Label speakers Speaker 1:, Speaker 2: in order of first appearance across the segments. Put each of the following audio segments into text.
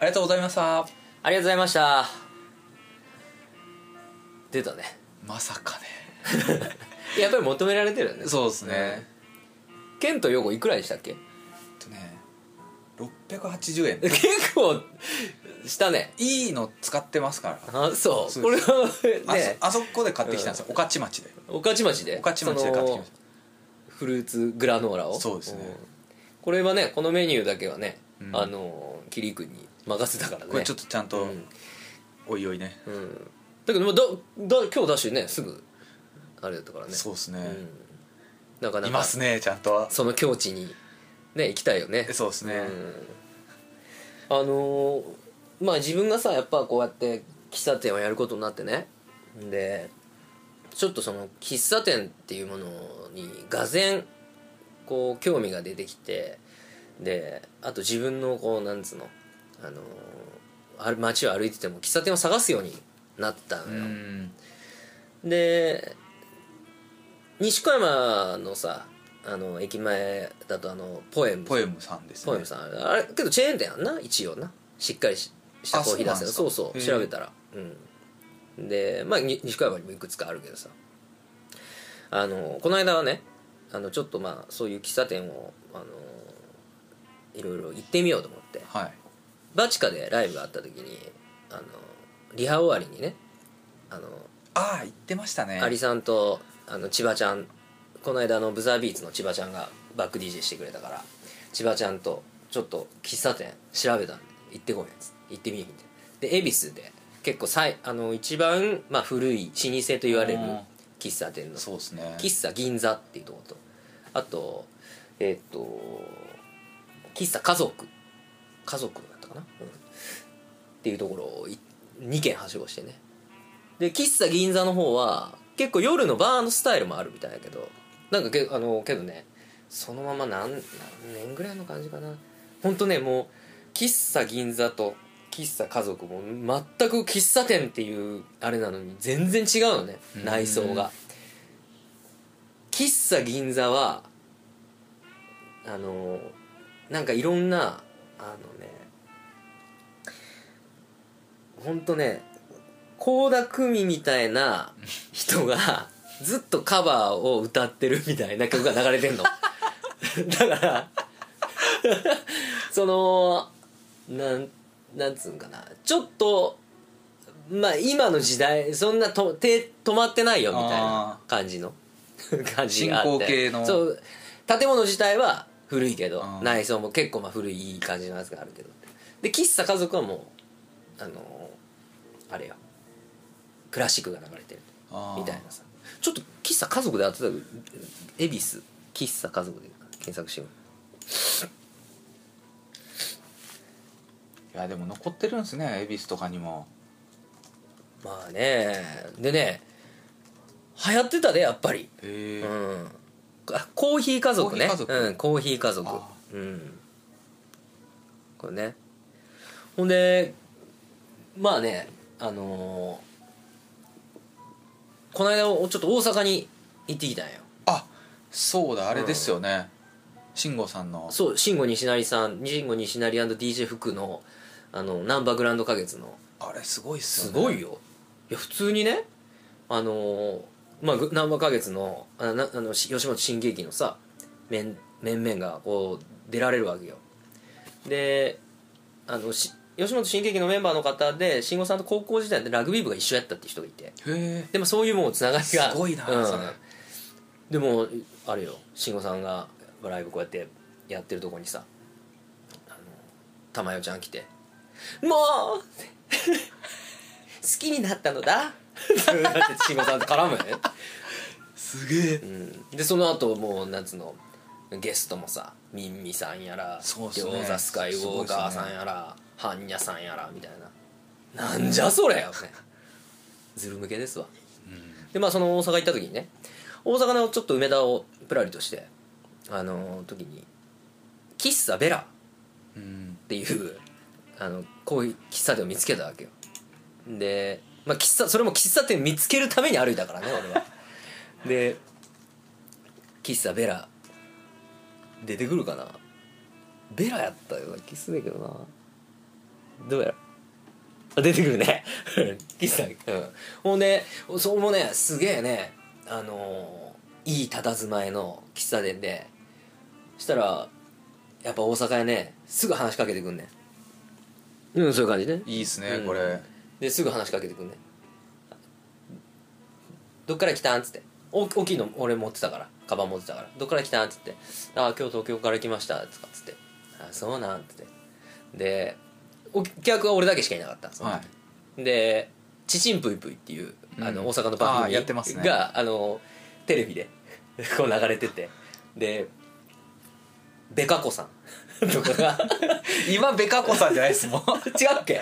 Speaker 1: りがとうございました
Speaker 2: ありがとうございました出たね
Speaker 1: まさかね
Speaker 2: やっぱり求められてるよね
Speaker 1: そうですね、
Speaker 2: ケンとヨーゴいくらでしたっけ
Speaker 1: えっとね680円
Speaker 2: 結構したね
Speaker 1: いいの使ってますから
Speaker 2: あそう
Speaker 1: そう
Speaker 2: これ
Speaker 1: で
Speaker 2: は
Speaker 1: あそ
Speaker 2: ね
Speaker 1: あそこで買ってきたんですよ御徒町で
Speaker 2: 御徒町で
Speaker 1: 御徒町で買ってきました
Speaker 2: そのフルーツグラノーラを
Speaker 1: そうですね
Speaker 2: んこれはねこのメニューだけはね、
Speaker 1: うん
Speaker 2: あのキリ君に任せたからね
Speaker 1: これちょっとちゃんと
Speaker 2: うん
Speaker 1: おいおいね
Speaker 2: うんだけどもうだだ今日だしねすぐあれだったからね
Speaker 1: そうですね、
Speaker 2: うんなかなか
Speaker 1: いますねちゃんと
Speaker 2: その境地にね行きたいよね
Speaker 1: そうですね、
Speaker 2: うんあのーまあ自分がさやっぱこうやって喫茶店をやることになってねでちょっとその喫茶店っていうものにがぜんこう興味が出てきてであと自分のこうなんつうの、あのーある街を歩いてても喫茶店を探すようになったの
Speaker 1: う
Speaker 2: よ、
Speaker 1: ん
Speaker 2: で西小山のさあの駅前だとあのポエム
Speaker 1: ポエムさんですね
Speaker 2: ポエムさんあれあれけどチェーン店やんな一応なしっかりししたコーヒー出せる
Speaker 1: あ
Speaker 2: そ
Speaker 1: そううなんですか
Speaker 2: そ
Speaker 1: へえ
Speaker 2: う調べたらうんでまあに西小山にもいくつかあるけどさあのこの間はねあのちょっとまあそういう喫茶店をあのいろいろ行ってみようと思って
Speaker 1: はい
Speaker 2: バチカでライブがあった時にあのリハ終わりにねあの
Speaker 1: ああ言ってましたね
Speaker 2: アリさんとあの千葉ちゃんこの間のブザービーツの千葉ちゃんがバック DJ してくれたから千葉ちゃんとちょっと喫茶店調べたんで行ってこいやつって行ってみようみたいなで恵比寿で結構さいあの一番、まあ、古い老舗と言われる
Speaker 1: うん
Speaker 2: 喫茶店の
Speaker 1: そうですね
Speaker 2: 喫茶銀座っていうとことあとえーっ、と喫茶家族家族だったかな、うんっていうところを2軒はしごしてねで喫茶銀座の方は結構夜のバーのスタイルもあるみたいだけどなんかけあのけどねそのまま何何年ぐらいの感じかなほんとねもう喫茶銀座と喫茶家族も全く喫茶店っていうあれなのに全然違うのね
Speaker 1: うん
Speaker 2: 内装が喫茶銀座はあのなんかいろんなあのねほんとね倖田來未みたいな人がずっとカバーを歌ってるみた いな曲が流れてんのだからそのなんなんつうんかなちょっとまあ今の時代そんなと手止まってないよみたいな感じの感じがあって
Speaker 1: 進行形の
Speaker 2: そう建物自体は古いけど
Speaker 1: うん
Speaker 2: 内装も結構まあ古いいい感じのやつがあるけどで喫茶家族はもうあのあれよクラシックが流れてる
Speaker 1: あー
Speaker 2: みたいなさちょっと喫茶家族でやってたけど恵比寿喫茶家族で検索しよう
Speaker 1: いやでも残ってるんですね恵比寿とかにも
Speaker 2: まあねでね流行ってたでやっぱり
Speaker 1: へえ
Speaker 2: うんあコーヒー家族ね
Speaker 1: コーヒー家族
Speaker 2: うん、コーヒー家族
Speaker 1: あ
Speaker 2: うんこれねほんでまあねあのーこの間ちょっと大阪に行ってきたんよ
Speaker 1: あそうだあれですよね慎吾さんの
Speaker 2: そう慎吾西成さん慎吾西成 &DJ 福のあのナンバーグランド花月の
Speaker 1: あれすごいっすよ
Speaker 2: す
Speaker 1: ね
Speaker 2: ごいよいや普通にねあのーまあぐナンバー花月のあなあのし吉本新喜劇のさ面面々がこう出られるわけよであのし吉本新喜劇のメンバーの方で慎吾さんと高校時代でラグビー部が一緒やったって人がいて
Speaker 1: へえ
Speaker 2: でもそういうもうつながりが
Speaker 1: すごいな
Speaker 2: うん
Speaker 1: それ
Speaker 2: でもあれよ慎吾さんがライブこうやってやってるとこにさあの玉代ちゃん来て「もう好きになったのだ」だって慎吾さんと絡むよね、
Speaker 1: すげえ
Speaker 2: うん、でその後もうなんつうのゲストもさミンミさんやら
Speaker 1: そうっすね
Speaker 2: 餃子スカイウォーカーさ
Speaker 1: すごいっす
Speaker 2: ん
Speaker 1: ね
Speaker 2: やら般若、さんやらみたいななんじゃそれよ、ね、ずる向けですわでまあその大阪行った時にね大阪のちょっと梅田をプラリとしてあの時に喫茶ベラ
Speaker 1: うん
Speaker 2: っていうあのこういう喫茶店を見つけたわけよで、まあ、喫茶それも喫茶店見つけるために歩いたからね俺 はで喫茶ベラ出てくるかなベラやったような気するんだけどなどうやらあ出てくるね 喫茶うんほんでそこもねすげえねあのーいい佇まいの喫茶店でしたらやっぱ大阪へねすぐ話しかけてくんねうんそういう感じね
Speaker 1: いいっすね、
Speaker 2: うん
Speaker 1: これ
Speaker 2: ですぐ話しかけてくんねどっから来たんっつって大大きいの俺持ってたからカバン持ってたからどっから来たんっつって「ああ今日東京から来ました」とかっつって「あそうなん」っつってでお客は俺だけしかいなかった
Speaker 1: は
Speaker 2: で「ちちんぷいぷい」っていうあの
Speaker 1: うん
Speaker 2: 大阪の番
Speaker 1: あー
Speaker 2: 組
Speaker 1: やってますね
Speaker 2: があのテレビで こう流れててでベカ子さんとか が
Speaker 1: い今ベカ子さんじゃないですもん
Speaker 2: 違うっけ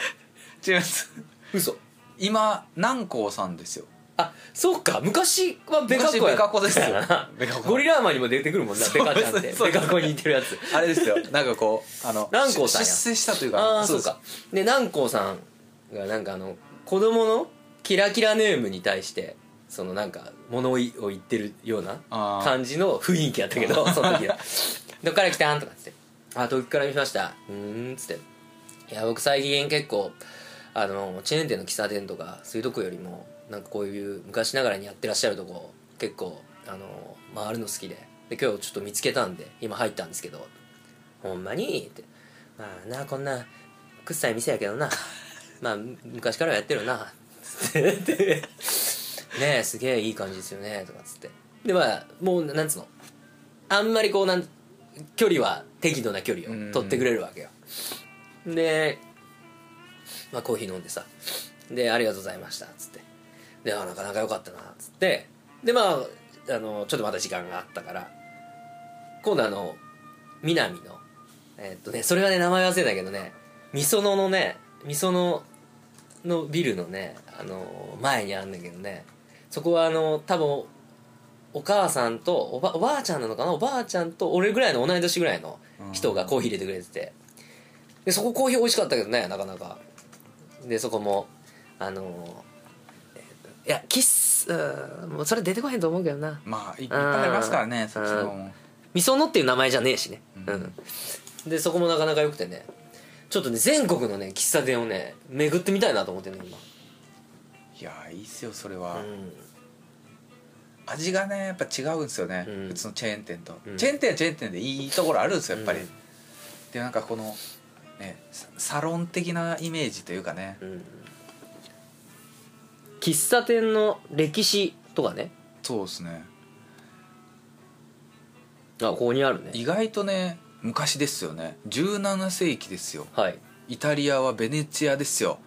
Speaker 1: 違います
Speaker 2: 嘘
Speaker 1: 今南光さんですよ
Speaker 2: あそうか昔はベカ子
Speaker 1: 昔
Speaker 2: や
Speaker 1: ベカ子ですよ
Speaker 2: そうやな
Speaker 1: ベカ子
Speaker 2: ゴリラーマンにも出てくるもんな
Speaker 1: そう
Speaker 2: ベカちゃんって
Speaker 1: そう
Speaker 2: ベカ子に似てるやつ
Speaker 1: あれですよなんかこうあの
Speaker 2: 南光さんや
Speaker 1: し出世したというか
Speaker 2: ああそうか
Speaker 1: で
Speaker 2: で南光さんがなんかあの子供のキラキラネームに対してそのなんか物を言ってるような
Speaker 1: あー
Speaker 2: 感じの雰囲気やった けどその時は「どっから来たん?」とかっつって「あ東京から見ました」うーんっつって「いや僕最近結構あのチェーン店の喫茶店とかそういうとこよりもなんかこういう昔ながらにやってらっしゃるとこ結構あの回るの好きでで今日ちょっと見つけたんで今入ったんですけどほんまにってまあなこんなくっさい店やけど なまあむ昔からはやってるよなつってでねえすげえいい感じですよねとかっつってでまあもうなんつうのあんまりこうなん距離は適度な距離
Speaker 1: うん
Speaker 2: を取ってくれるわけよでまあコーヒー飲んでさでありがとうございましたつってであなかなか良かったなつってでまああのちょっとまだ時間があったから今度あの南のえーっとねそれはね名前忘れたけどねみそののねみそののビルのねあの前にあんだけどねそこはあの多分お母さんとおばおばあちゃんなのかなおばあちゃんと俺ぐらいの同い年ぐらいの人がコーヒー入れてくれててでそこコーヒー美味しかったけどねなかなかでそこもあのえーっといやキスうんもうそれ出てこへんと思うけどな
Speaker 1: すまあいいっぱいありますからねそっちのも
Speaker 2: みそのっていう名前じゃねえしね、う
Speaker 1: うん
Speaker 2: でそこもなかなか良くてねちょっとね全国のね喫茶店をね巡ってみたいなと思ってんの今、
Speaker 1: いやーいいっすよそれは、
Speaker 2: うん
Speaker 1: 味がねやっぱ違うんですよね、
Speaker 2: うん
Speaker 1: 普通のチェーン店と、
Speaker 2: うん
Speaker 1: チェーン店はチェーン店でいいところあるんですよやっぱり、
Speaker 2: うん
Speaker 1: でなんかこの、ね、ササロン的なイメージというかね
Speaker 2: うん喫茶店の歴史とかね
Speaker 1: そうですね
Speaker 2: あここにあるね
Speaker 1: 意外とね昔ですよね17世紀ですよ
Speaker 2: はい、
Speaker 1: イタリアはベネチアですよ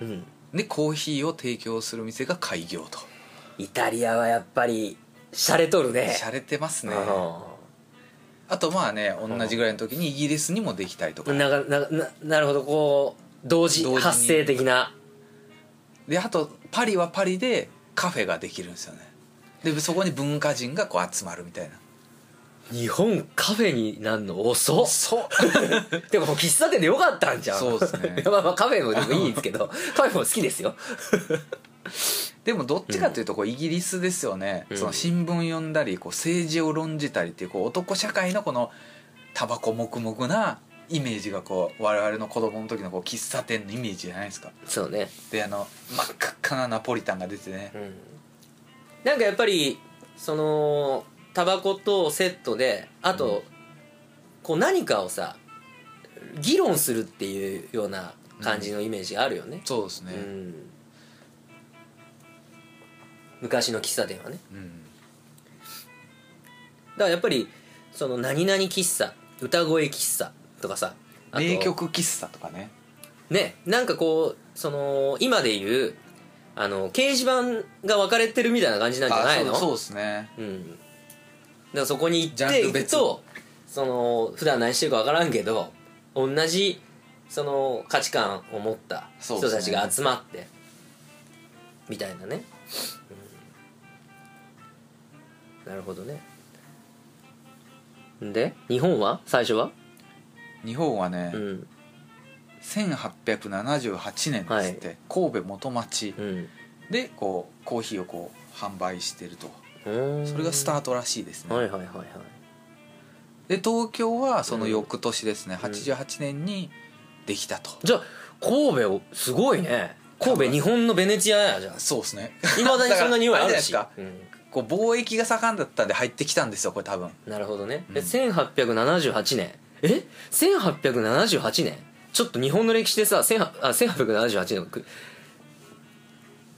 Speaker 2: うん、
Speaker 1: でコーヒーを提供する店が開業と
Speaker 2: イタリアはやっぱり洒落とるね
Speaker 1: 洒落てますね
Speaker 2: う
Speaker 1: あとまあね同じぐらいの時にイギリスにもできたりとか
Speaker 2: んなかなかななるほどこう同時
Speaker 1: 同時に
Speaker 2: 発生的な
Speaker 1: であとパリはパリでカフェができるんですよねでそこに文化人がこう集まるみたいな
Speaker 2: 日本カフェになんの遅っ
Speaker 1: そう
Speaker 2: でも喫茶店でよかったんじゃん
Speaker 1: そうですね
Speaker 2: いやまあまあカフェもでもいいんですけ どカフェも好きですよ
Speaker 1: でもどっちかというとこうイギリスですよね、
Speaker 2: うん
Speaker 1: その新聞読んだりこう政治を論じたりっていうこう男社会のこのタバコ黙々なイメージがこう我々の子供の時のこう喫茶店のイメージじゃないですか
Speaker 2: そうね、
Speaker 1: であの真っ赤っかなナポリタンが出てね
Speaker 2: うん、なんかやっぱりそのタバコとセットであと、こう何かをさ議論するっていうような感じのイメージがあるよね、
Speaker 1: そうです
Speaker 2: う
Speaker 1: ね
Speaker 2: ん昔の喫茶店はね
Speaker 1: うん、
Speaker 2: だからやっぱりその何々喫茶歌声喫茶とかさあと
Speaker 1: 名曲喫茶とかね
Speaker 2: ねなんかこうその今で言うあの掲示板が分かれてるみたいな感じなんじゃないの
Speaker 1: あそうそうですね
Speaker 2: うんだからそこに行っ
Speaker 1: ジャン
Speaker 2: て
Speaker 1: ル
Speaker 2: 行く
Speaker 1: 別
Speaker 2: とその普段何してるか分からんけど同じその価値観を持った
Speaker 1: そう
Speaker 2: 人
Speaker 1: ですね
Speaker 2: たちが集まって、みたいなね、うんなるほどねで日本は最初は、
Speaker 1: 日本はね、
Speaker 2: うん
Speaker 1: 1878年ですって、神戸元町
Speaker 2: うん
Speaker 1: でこうコーヒーをこう販売してると
Speaker 2: うん
Speaker 1: それがスタートらしいですね、
Speaker 2: はいはいはいはい
Speaker 1: で東京はその翌年ですね、
Speaker 2: うん
Speaker 1: 88年にできたと
Speaker 2: じゃあ神戸をすごいね神戸日本のベネチアやじゃん
Speaker 1: そうですね
Speaker 2: いまだにそんな匂いあるし
Speaker 1: だから
Speaker 2: うん
Speaker 1: こう貿易が盛んだったんで入ってきたんですよこれ多分
Speaker 2: なるほどね、
Speaker 1: ん
Speaker 2: で1878年え1878年ちょっと日本の歴史でさ1800あ1878年のく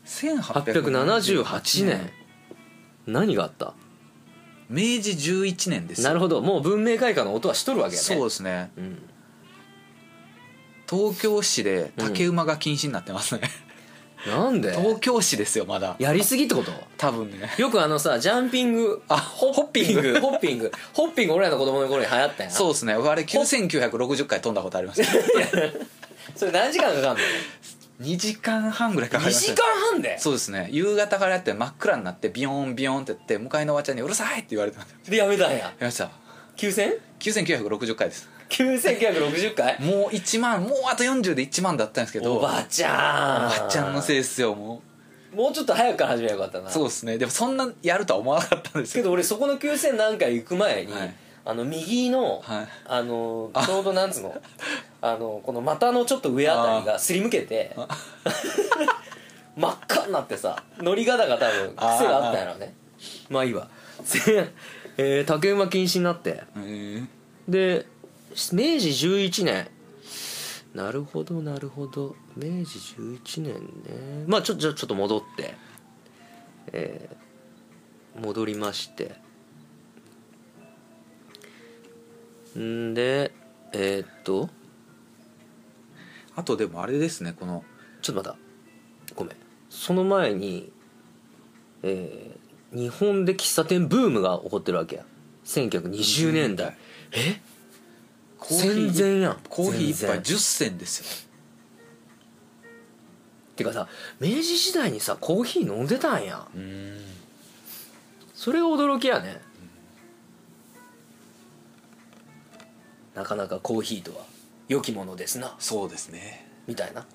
Speaker 1: 1878
Speaker 2: 878年何があった
Speaker 1: 明治11年ですよ
Speaker 2: なるほどもう文明開化の音はしとるわけやね
Speaker 1: そうですね
Speaker 2: うん、
Speaker 1: 東京市で竹馬が禁止になってますね、
Speaker 2: なんで
Speaker 1: 東京市ですよまだ
Speaker 2: やりすぎってこと
Speaker 1: 多分ね
Speaker 2: よくあのさジャンピング
Speaker 1: あ
Speaker 2: ホッピン グホッピングホッピング俺らの子供の頃に流行ったやん
Speaker 1: そうですねあれ9960回飛んだことあり ます
Speaker 2: それ何時間か かんの
Speaker 1: 2時間半ぐらいかかり
Speaker 2: 2
Speaker 1: ました
Speaker 2: 時
Speaker 1: ね
Speaker 2: 間半で
Speaker 1: そうですね夕方からやって真っ暗になってビヨンビヨンってやって向かいのおばちゃんに「うるさい!」って言われてましたや
Speaker 2: でやめたんや
Speaker 1: りました
Speaker 2: 9000?9960
Speaker 1: 9960回です
Speaker 2: 回
Speaker 1: もう1万もうあと40で1万だったんですけど
Speaker 2: おばちゃん
Speaker 1: おばちゃんのせいですよも
Speaker 2: もうちょっと早くから始めばよかったな
Speaker 1: うそうですねでもそんなやるとは思わなかったんです
Speaker 2: け
Speaker 1: けど
Speaker 2: ど俺そこの9000何回行く前に、
Speaker 1: はい
Speaker 2: あの右の、
Speaker 1: はい
Speaker 2: あのちょうどなんつう のあのこの股のちょっと上あたりがすりむけて 真っ赤になってさ乗り方が多分癖があったんやろねまあいいわ、えー、竹馬禁止になって
Speaker 1: うーん
Speaker 2: で明治11年なるほどなるほど明治11年ねまあちょじゃあちょっと戻ってえー戻りましてんでえーっと
Speaker 1: あとでもあれですねこの
Speaker 2: ちょっと待ったごめんその前にえー日本で喫茶店ブームが起こってるわけや1920年代え
Speaker 1: コーヒ
Speaker 2: 戦
Speaker 1: ー
Speaker 2: 前やん
Speaker 1: コーヒー一杯
Speaker 2: 戦前
Speaker 1: 10銭ですよ
Speaker 2: てかさ明治時代にさコーヒー飲んでたんや
Speaker 1: うーん
Speaker 2: それが驚きやね、なかなかコーヒーとは良きものですな
Speaker 1: そうですね
Speaker 2: みたいな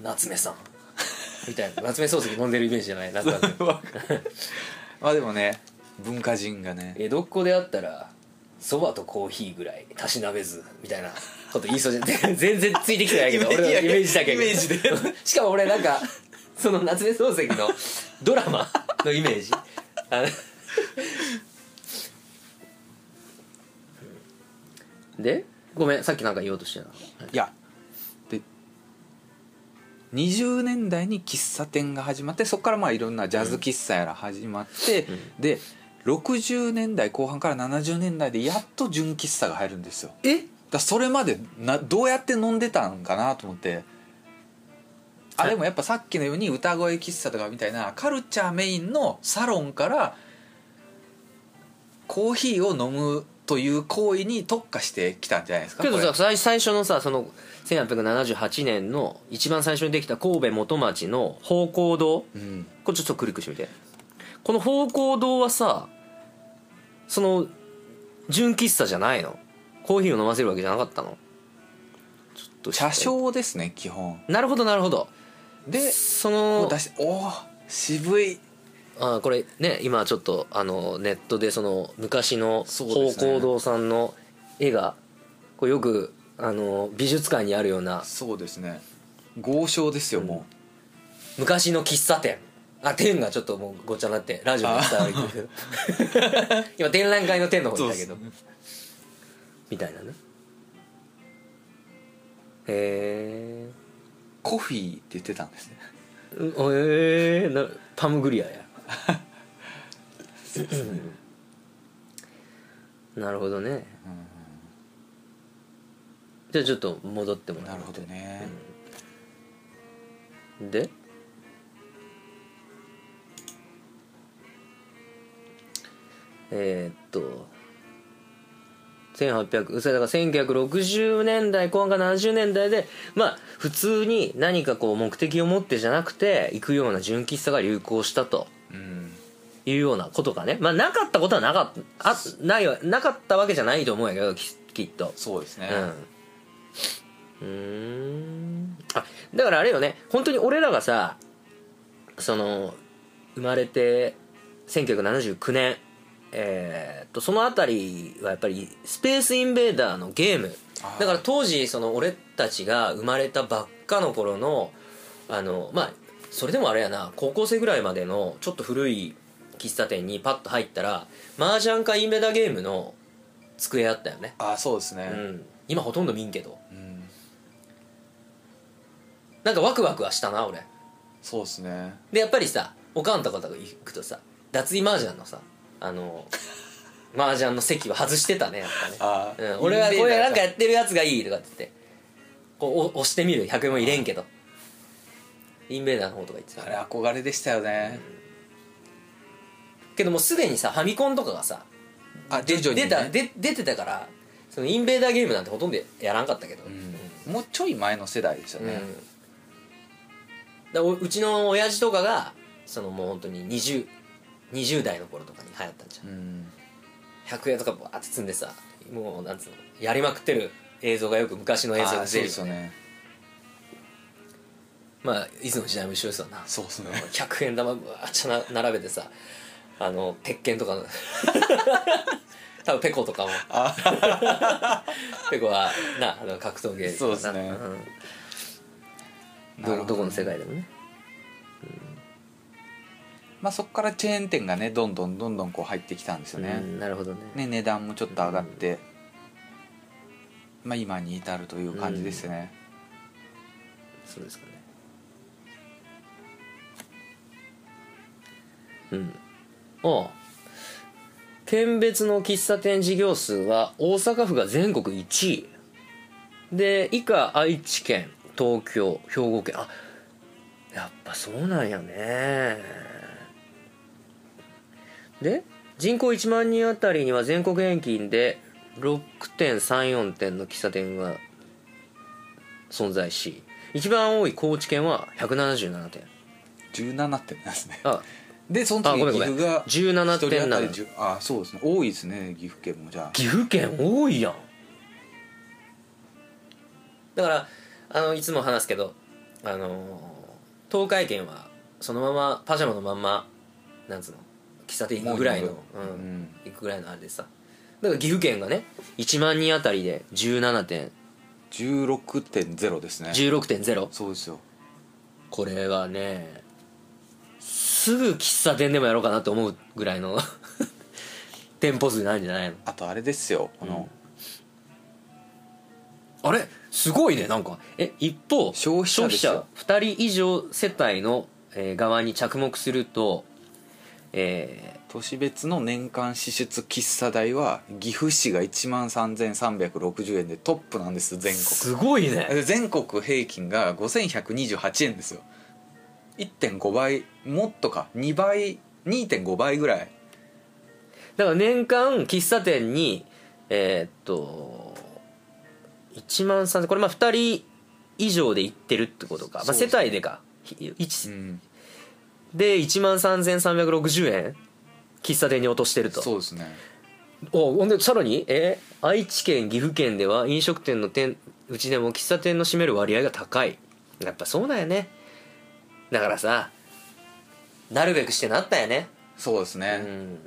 Speaker 2: 夏目さんみたいな夏目漱石飲んでるイメージじゃない夏目さん
Speaker 1: まあでもね文化人がね
Speaker 2: 江戸っ子であったらそばとコーヒーぐらいたしなべずみたいなこと言いそうじゃん 全然ついてきてないけど
Speaker 1: い
Speaker 2: 俺
Speaker 1: や
Speaker 2: の
Speaker 1: い
Speaker 2: イ
Speaker 1: や
Speaker 2: メージだけ
Speaker 1: イメージで
Speaker 2: しかも俺なんかその夏目漱石のドラマのイメージあのでごめんさっきなんか言おうとしてたない
Speaker 1: やで20年代に喫茶店が始まってそこからまあいろんなジャズ喫茶やら始まって、で60年代後半から70年代でやっと純喫茶が入るんですよ
Speaker 2: え
Speaker 1: だそれまでなどうやって飲んでたんかなと思ってあ
Speaker 2: はい
Speaker 1: でもやっぱさっきのように歌声喫茶とかみたいなカルチャーメインのサロンからコーヒーを飲むという行為に特化してきたんじゃないですか
Speaker 2: けど
Speaker 1: これ
Speaker 2: さ最最初のさその1878年の一番最初にできた神戸元町の宝光堂
Speaker 1: うん、
Speaker 2: これちょっとクリックしてみてこの方向堂はさその純喫茶じゃないのコーヒーを飲ませるわけじゃなかったのちょっと
Speaker 1: 車掌ですね基本
Speaker 2: なるほどなるほど
Speaker 1: で
Speaker 2: そ
Speaker 1: こ
Speaker 2: の
Speaker 1: う出しおー渋い
Speaker 2: あーこれね今ちょっとあのネットでその昔の
Speaker 1: そ
Speaker 2: 方
Speaker 1: うですね
Speaker 2: 向堂さんの絵がこうよくあの美術館にあるような
Speaker 1: そうですね豪商ですよ、も
Speaker 2: 昔の喫茶店あ店がちょっともうごっちゃになってラジオに伝わる けど今展覧会の店の
Speaker 1: う
Speaker 2: 方だけどみたいなねへ
Speaker 1: コフィーって言ってたんですね
Speaker 2: ええー、なパムグリアやなるほどねじゃあちょっと戻っても
Speaker 1: な
Speaker 2: らっ
Speaker 1: る
Speaker 2: て
Speaker 1: ほどね、
Speaker 2: でえーっと1800それだから1960年代後半から70年代でまあ普通に何かこう目的を持ってじゃなくて行くような純喫茶が流行したと
Speaker 1: うん
Speaker 2: いうようなことがねまあなかったことはなかったあないわなかったわけじゃないと思うんやけどききっと
Speaker 1: そうですね、
Speaker 2: うんうーんあだからあれよね本当に俺らがさその生まれて1979年えーっとその辺りはやっぱり「スペースインベーダー」のゲーム
Speaker 1: あー
Speaker 2: だから当時その俺たちが生まれたばっかの頃のあのまあそれでもあれやな高校生ぐらいまでのちょっと古い喫茶店にパッと入ったら麻雀かインベーダーゲームの机あったよね、
Speaker 1: あそうです
Speaker 2: う
Speaker 1: ね、
Speaker 2: ん、今ほとんど見んけど
Speaker 1: うん、
Speaker 2: なんかワクワクはしたな俺
Speaker 1: そうですね
Speaker 2: でやっぱりさおかんとかとか行くとさ脱衣麻雀のさ あの麻雀の席は外してたねやっ
Speaker 1: あ
Speaker 2: ぱね、
Speaker 1: ー
Speaker 2: うん、俺は
Speaker 1: イン
Speaker 2: こ
Speaker 1: ベーダーか
Speaker 2: れなんかやってるやつがいいとかって言ってこうお押してみる100円も入れんけどインベーダーの方とか言って
Speaker 1: あ
Speaker 2: た
Speaker 1: れ憧れでしたよね、
Speaker 2: けどもうすでにさファミコンとかがさ
Speaker 1: あ徐々に、ね、
Speaker 2: 出たで出てたからそのインベーダーゲームなんてほとんどやらんかったけど、
Speaker 1: うん、もうちょい前の世代でした
Speaker 2: うん
Speaker 1: ね、
Speaker 2: だおうちの親父とかがそのもう本当に 20, 20代の頃とかに流行ったんじゃん
Speaker 1: うん
Speaker 2: 100円とかバーって積んでさもうなんつうのやりまくってる映像がよく昔の映像
Speaker 1: あ
Speaker 2: が
Speaker 1: あそうですよね
Speaker 2: まあいつの時代も一緒ですわな
Speaker 1: そうですね
Speaker 2: 100円玉ぶわーっちゃな並べてさあの鉄拳 とかの多分ペコとかも
Speaker 1: あ
Speaker 2: ペコはなあの格闘芸とかな
Speaker 1: そうですね
Speaker 2: うん
Speaker 1: なるほど
Speaker 2: どどこの世界でもね
Speaker 1: まあそこからチェーン店がねどんどんどんどんこう入ってきたんですよね
Speaker 2: う,、んなるほどね
Speaker 1: ね値段もちょっと上がって、まあ今に至るという感じですね、
Speaker 2: そうですかねうんああ県別の喫茶店事業数は大阪府が全国1位で以下愛知県東京兵庫県あやっぱそうなんやねで人口1万人あたりには全国平均で6.34点の喫茶店が存在し一番多い高知県は177点
Speaker 1: 17点なんですね
Speaker 2: あ
Speaker 1: でその
Speaker 2: あ
Speaker 1: 時
Speaker 2: ごめん
Speaker 1: 岐
Speaker 2: ごめん
Speaker 1: 阜が
Speaker 2: 17.7
Speaker 1: 一人当たり10あそうですね多いですね岐阜県もじゃあ
Speaker 2: 岐阜県多いやんだからあのいつも話すけどあのー東海県はそのままパジャマのまんまなんつうの喫茶店行くぐらいの、
Speaker 1: も
Speaker 2: うん
Speaker 1: ううん
Speaker 2: 行くぐらいのあれでさだから岐阜県がね1万人あたりで17点
Speaker 1: 16.0ですね
Speaker 2: 16.0
Speaker 1: そうですよ
Speaker 2: これはねすぐ喫茶店でもやろうかなと思うぐらいの 店舗数なんじゃないの
Speaker 1: あとあれですよこの
Speaker 2: あれすごいねなんかえ一方
Speaker 1: 消費者ですよ
Speaker 2: 2人以上世帯の、えー側に着目するとえ
Speaker 1: 都市別の年間支出喫茶代は岐阜市が1万3360円でトップなんです
Speaker 2: ー
Speaker 1: 全
Speaker 2: すごいね
Speaker 1: 国 全国平均が5128円ですよ1.5倍もっとか2倍2.5倍ぐらい
Speaker 2: だから年間喫茶店にえーっと1万3000これまあ2人以上で行ってるってことか、
Speaker 1: そ
Speaker 2: ま
Speaker 1: う
Speaker 2: あ、
Speaker 1: で
Speaker 2: 世
Speaker 1: すね
Speaker 2: 帯でかひ一
Speaker 1: うん
Speaker 2: で1万3360円喫茶店に落としてると
Speaker 1: そうですね
Speaker 2: おほんでさらにえ愛知県岐阜県では飲食店の店うちでも喫茶店の占める割合が高いやっぱそうなんやねだからさなるべくしてなったんやね
Speaker 1: そうです
Speaker 2: う
Speaker 1: ね
Speaker 2: ん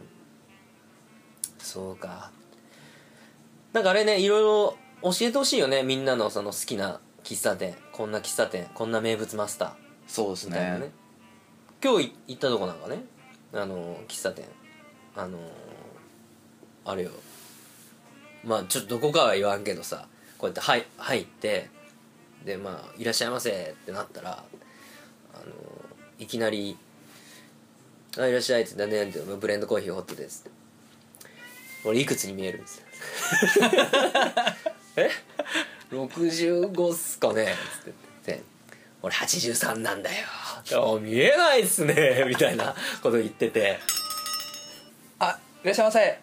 Speaker 2: そうかなんかあれねいろいろ教えてほしいよねみんなのその好きな喫茶店こんな喫茶店こんな名物マスター
Speaker 1: そうです
Speaker 2: みたいな
Speaker 1: ね
Speaker 2: ね今日い行ったとこなんかねあの喫茶店あのあれよまあちょっとどこかは言わんけどさこうやって入入ってでまあ「いらっしゃいませ」ってなったらあのいきなり「あいらっしゃい」って言って「何々ってブレンドコーヒーホットです」って俺いくつに見える んですよえ65っすかねつって言って「俺83なんだよ」あ見えないっすね」みたいなこと言ってて
Speaker 1: あいらっしゃいませ